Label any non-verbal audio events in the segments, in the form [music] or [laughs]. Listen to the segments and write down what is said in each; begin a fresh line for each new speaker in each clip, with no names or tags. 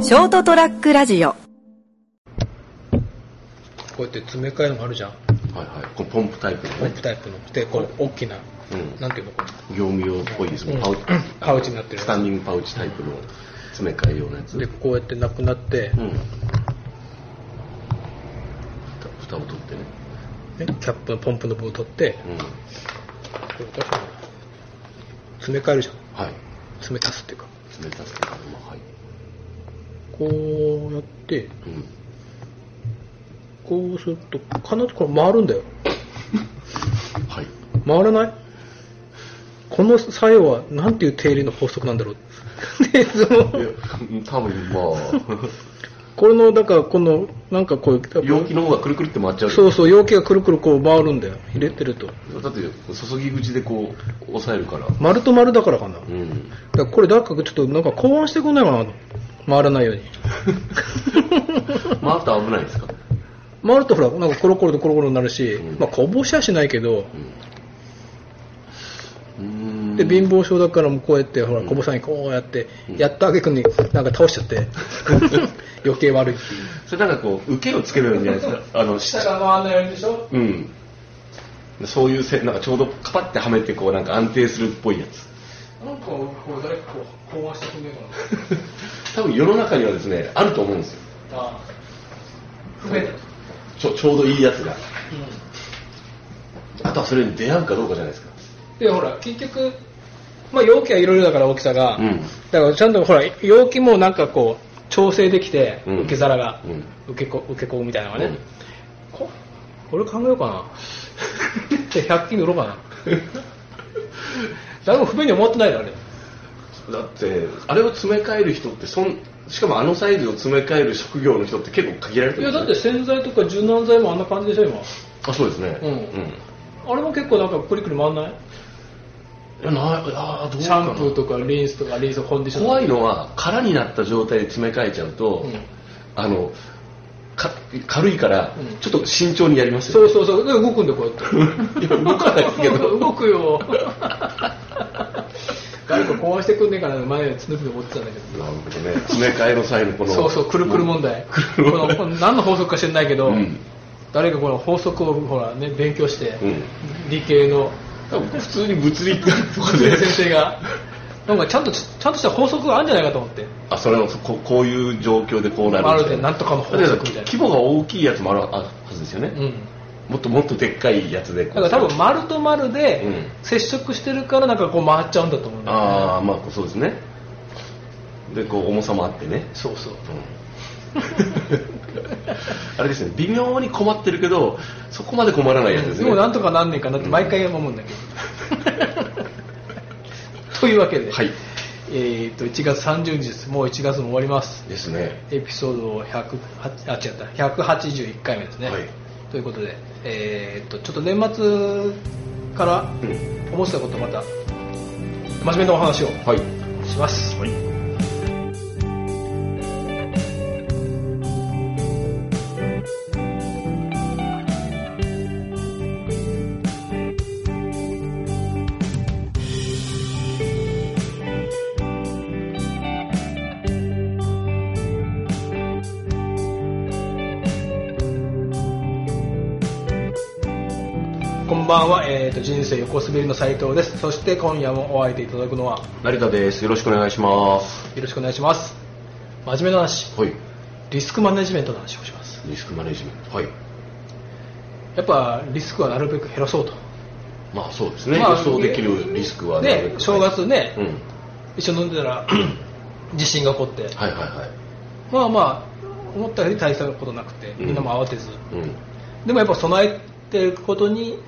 ショートトラックラジオ
こうやって詰め替えのがあるじゃん
はいはい、このポンプタイプの
ポン
ね
プ、タイプのでこう大きな、
うん
なんていうのこ
業務用っぽいですね、
うん
パウチ
[laughs] パウチになってる
スタンディングパウチタイプの詰め替え用のやつ、
れでこうやってなくなって、
うん、蓋蓋を取ってね、
ねキャップのポンプの棒を取って
うん、
こう確かに詰め替えるじゃん
はい、
詰め足すっていうか
詰めたすとか、まあ、はい、
こうやって
うん、
こうすると必ずこれ回るんだよ
はい、
回らないこの作用はなんていう定理の法則なんだろうでそ
い
の
や、多分まあ、
これのだからこのなんかこう [laughs] いう
容器の方がくるくるって回っちゃうよ
そうそう容器がくるくるこう回るんだよ入れてると
だって注ぎ口でこう押さえるから、
丸と丸だからかな、
う
だ
ん、
からこれ誰かちょっとなんか考案してくんないかな回らないように
回ったら危ないですか、
回るとほらなんかコロコロとコロコロになるし、
うん
まあこぼしはしないけど、
うん、うーん
で貧乏症だからもうこうやってほらこぼさないこうやって、やったあげくになんか倒しちゃって余計悪いっていう
それなんかこう、受けをつけるんじゃないですか、
[laughs]
あの、
下から回んないようにでしょ
うん。そういうせ、なんかちょうどカパってはめて、こうなんか安定するっぽいやつ。 [laughs]
なんかこれ誰かこう考案してくんねえ
多分世の中にはですね、あると思うんですよ。
[laughs]
あ不便だ
ちょちょうどいいやつが。あとはそれに出会うかどうかじゃないですか。
でほら結局まあ容器はいろいろだから大きさが、
うん
だからちゃんとほら容器もなんかこう調整できて、
うん
受け皿が、
うん
受け子受け子みたいなのがね、
うん
ここれ考えようかな [laughs] で100均で売ろうかな誰も不便に思ってないだろあれ
だって、あれを詰め替える人ってそん、しかもあのサイズを詰め替える職業の人って結構限られて
い
る
や
んです
だっ
よ
て洗剤とか柔軟剤もあんな感じでしょ今
あ、そうですね。
うん
うん
あれも結構なんかくりくり回んない
いや、ないあーどう
シ
かな
ャンプーとかリンスとかリンスコンディショナー
怖いのは空になった状態で詰め替えちゃうと、
うん
あのか軽いから
うん
ちょっと慎重にやります
そ
よ、
うそうそうで動くんでこうやって
[laughs] いや動かないですけど
動く
[laughs]
よ誰か壊してくんねえかな前常々思ってたんだけど
なるほどね詰め替えの際のこの
そうそうくるくる問題
[laughs] くる
こ
問
の
題
この何の法則か知らないけど、
うん
誰かこの法則をほらね勉強して、
うん
理系
[laughs]
の
多分普通に物理とかで
先 [laughs] 生がなんかちゃんとちちゃんとした法則があるんじゃないかと思って
あそれをこうこういう状況でこうなる
あるでなんとかの法則みたいな
だって規模が大きいやつもあるはあはずですよね、
うん
もっともっとでっかいやつでこ
だ
う
から多分丸と丸で
うん
接触してるからなんかこう回っちゃうんだと思うんだよね
ああまあそうですねでこう重さもあってね
そうそう
[laughs] あれですね、微妙に困ってるけど、そこまで困らないやつです
で
ね。
もなんとかなんねえかなって毎回思うんだけど。
[laughs]
というわけで、
はい。
えっと1月30日です。もう1月も終わります。
ですね。
エピソード108あ違った181回目ですね。
はい
ということで、えっとちょっと年末から
うん。
思ってたことまた真面目なお話を
はい。
します。
はい。
こんばんは、えっと人生横滑りの斉藤です。そして今夜もお相手いただくのは
成田です。よろしくお願いします。
よろしくお願いします。真面目な話、
はい。
リスクマネジメントの話をします。
リスクマネジメント。はい。
やっぱリスクはなるべく減らそうと。
まあそうですね。
まあ
予想できるリスクはなるべ
ね
く、ない
正月ね、
うん。
一緒に飲んでた
[clears throat]
ら地震が起こって、
はいはいは
まあまあ、思ったより大したことなくて、
うん
みんなも慌てず、
い。うん。
でもやっぱ備えていくことに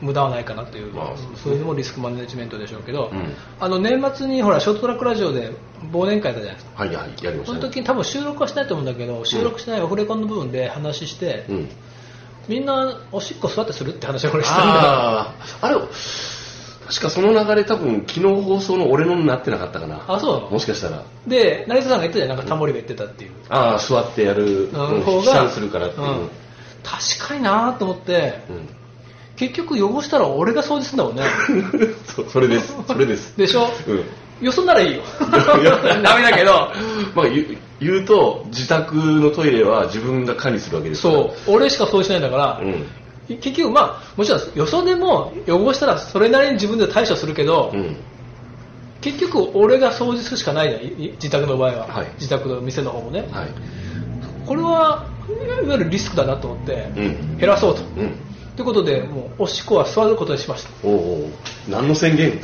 無駄はないかなという、
まあそうですね
そういうのもリスクマネジメントでしょうけど、
うん
あの年末にほらショートトラックラジオで忘年会だったじゃないですか。
はいはい。やりまし
そ
た、
の
ね。
時に多分収録はしないと思うんだけど、収録しないオフレコの部分で話して、
うん。
みんなおしっこ座ってするって話を俺したんだ。
ああ、あれ、確かその流れ多分昨日放送の俺のになってなかったかな。
あそうなの
もしかしたら。
で、成田さんが言ってたじゃん、なんかタモリが言ってたっていう。
ああ、座ってやる。
の
うん
方
飛
が、
散するからっていう。
うん確かになと思って、
うん [laughs]
結局汚したら俺が掃除するんだもんね。
そそれです、それです。
でしょ
うん。
よそならいいよ [laughs] ダメだけど
まあ言う言うと自宅のトイレは自分が管理するわけですから
そう俺しかそうしないんだから、
うん
結局まあもちろんよそでも汚したらそれなりに自分で対処するけど、
うん
結局俺が掃除するしかないじゃんいい自宅の場合は、
はい
自宅の店の方もね、
はい
これはいわゆるリスクだなと思って、
うん
減らそうと、
うん
ということでもうおしっこは座ることにしました [laughs]
おうおう何の宣言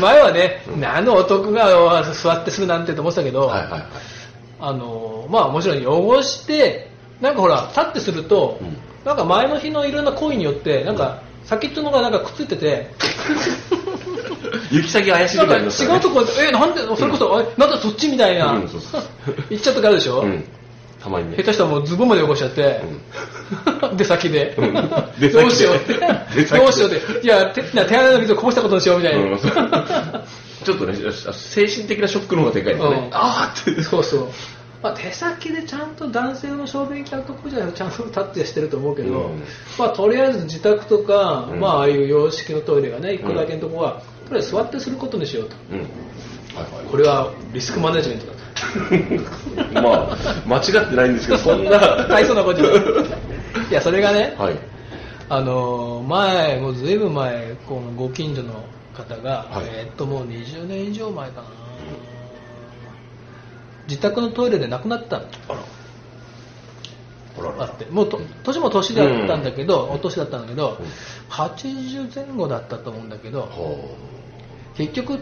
前はね、何の男が座ってするなんてと思ってたけど、
はいはいはい
あのまあもちろん汚してなんかほら立ってすると、
うん
なんか前の日のいろんな行為によってなんか先っちょの方がなんかくっついてて、
行き先怪しい
な
み
ん
た
か違
いになったね
うとこで、え、なんで、それこ
[laughs]
そ、えなんだそっちみたいな、
うんそうそう
[laughs] 言っちゃったからでしょ、
うんたまにね
下手したらもうズボンまで汚しちゃって、 [laughs] 出先で、
うん出先で
どうしようって
[laughs] 出、先で
どうしようって、いや、手手洗いの水をこぼしたことにしようみたいな。
うんちょっとね精神的なショックの方がでかいですね、
うん
ああって
そうそう、まあ、手先でちゃんと男性の小便器のとこじゃちゃんと立ってしてると思うけど、
うん
まあ、とりあえず自宅とか、
うん
まあ、ああいう洋式のトイレがね1個だけのとこは、とりあえず座ってすることにしようと
うんはいはい
これはリスクマネジメントだと
まあ、間違ってないんですけど、そんな、
[laughs] 大層なこと言ういやそれがね、
はい、
あのー前もうずいぶん前このご近所の方が、
はい
えーっともう20年以上前かな自宅のトイレで亡くなったの
あら、あら
あ
ら
ってもうと年も年だったんだけど、
うん
お年だったんだけど、
うん
80前後だったと思うんだけど、
ほ
結局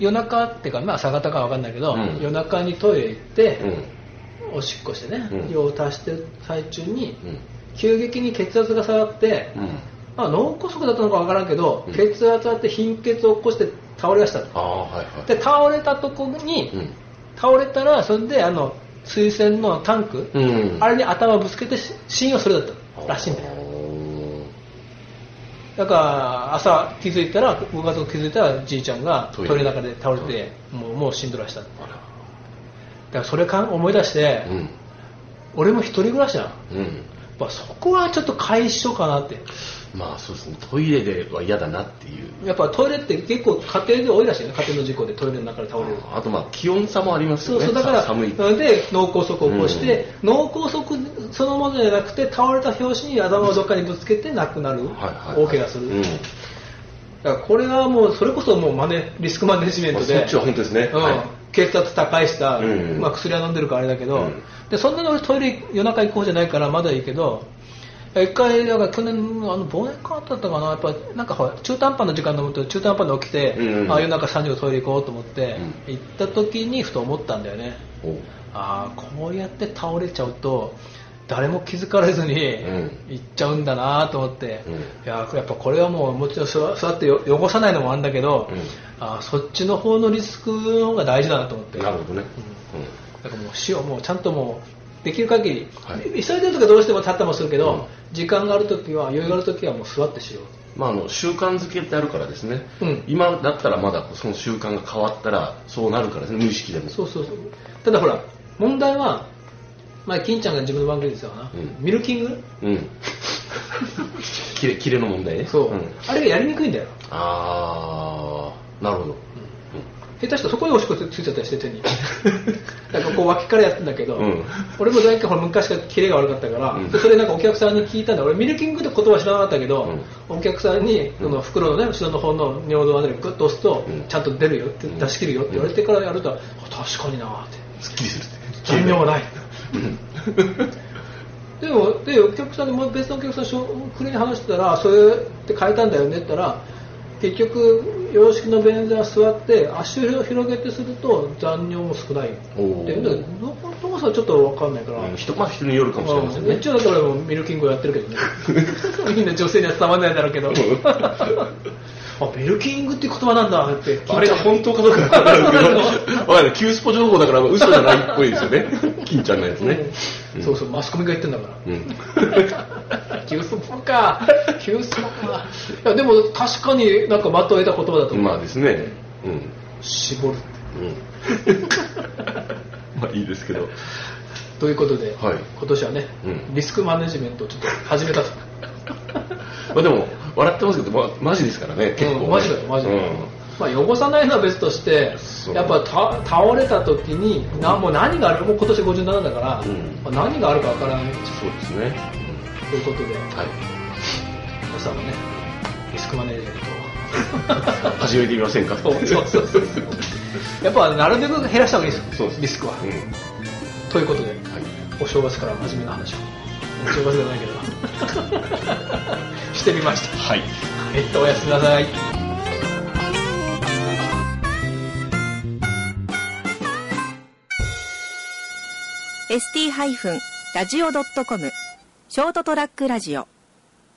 夜中っていうか、まあ、朝方かわかんないけど、
うん
夜中にトイレ行って
う、うん、
おしっこしてね、
うん
用を足してる最中に、
うん、
急激に血圧が下がって、
うん、
まあ、脳梗塞だったのかわからんけど、
うん
血圧あって貧血を起こして倒れ出したの
ああ、はいはい、
で倒れたとこに、
うん、
倒れたらそれであの水栓のタンク、
うん、
あれに頭ぶつけてし死因はそれだったらしいんだよ
よ、
だから朝気づいたらご家族気づいたらじいちゃんが
ト
ト
イ
イレ
レ
の中で倒れてもうもう死んどらしただからそれか思い出して、
うん、
俺も一人暮らしだ
うん、
まあそこはちょっと解消かなって
まあそうですね、トイレでは嫌だなっていう、
やっぱトイレって結構家庭で多いらしいね家庭の事故でトイレの中で倒れる
あとまあ、気温差もあります
そ
よ
う
ね、
そうだから
さ寒い、
なので脳梗塞を起こして、脳梗塞そのものじゃなくて倒れた拍子に頭をどっかにぶつけて亡くなる、
はいはい、
大怪我する、
うん、
だからこれはもうそれこそもうマネリスクマネジメン
まあ
ト
そっ
で
ちは本当ですね、
うん
はい
血圧高いしさ、
うん
まあ、薬は飲んでるからあれだけど、
うん
でそんなに俺トイレ夜中行こうじゃないからまだいいけど一回だから去年あの忘年会だったかなやっぱなんかほら中途半端な時間飲むと中途半端に起きて、
うん
あ夜中3時のトイレ行こうと思って、行った時にふと思ったんだよね
おう
ああこうやって倒れちゃうと誰も気づかれずに
うん
行っちゃうんだなと思って、
うん
いややっぱこれはもうもちろん座座ってよ汚さないのもあるんだけど、
うん
あーそっちの方のリスクの方が大事だなと思って
なるほどね、
だからもう塩もうちゃんともうできる限り、
はい
急いでる時はどうしても立ったりもするけど、
うん
時間がある時は余裕がある時はもう座ってしよう
まあ、あの習慣づけってあるからですね、
うん
今だったらまだその習慣が変わったらそうなるからですね無意識でも
そうそうそうただほら問題は前金ちゃんが自分の番組で言ってたかな、
うん
ミルキング
うんキレキレの問題ね
そう、
ん
あれがやりにくいんだよ
ああなるほど、
下手したらそこにおしっこついちゃったりして手
[laughs]
になんかこう脇からやってんだけど、
うん
俺も前回ほら昔からキレが悪かったから、
うん
でそれなんかお客さんに聞いたんだ俺ミルキングって言葉知らなかったけど、お客さんにその袋のね後ろの方の尿道穴にグッと押すと、
うん
ちゃんと出るよって出し切るよって言われてからやると、あ確かになーって
すっきりするって
残尿はない [laughs] でもでお客さんにもう別のお客さんにくれに話してたらそれって変えたんだよねって言ったら結局洋式の便座は座って足を広げてすると残尿も少ないって
おー
言うんだけどどこのとこさちょっと分かんないから、
うん人まあ人によるかもしれません
め
ね
っちゃだって俺もミルキングをやってるけど
[laughs]
ねみんな女性には伝わんないだろうけど [laughs] あミルキングって言葉なんだって
あれが本当かどうかわからないけど、わかんない急スポ情報だから嘘じゃないっぽいですよね、金ちゃんのやつね。
そうそうマスコミが言ってんだから
うん、
[laughs] 急速か急速かいやでも確かになんかまとえた言葉だと思う、
まあですね、うん、 [laughs]
絞る
うん、まあいいですけど、
ということで、
はい
今年はね、
うん [laughs]
リスクマネジメントをちょっと始めたと
まあでも笑ってますけど、ま、マジですからね、結構、ね。
うんマジだよマジだよまあ、汚さないのは別として
そう
やっぱた倒れた時になもう何があるもう今年57だから、
うん
まあ何があるかわからない
うんそうですね。
ということで
はい。
皆さんもねリスクマネージメントを
始めてみませんか [laughs]
そうそうそうそうやっぱなるべく減らした方がいいです
そうです
リスクは、
うん
ということで
はい
お正月から真面目な話をお正月じゃないけどしてみました
はい。
えっとおやすみなさい
ST-radio.com ショートトラックラジオ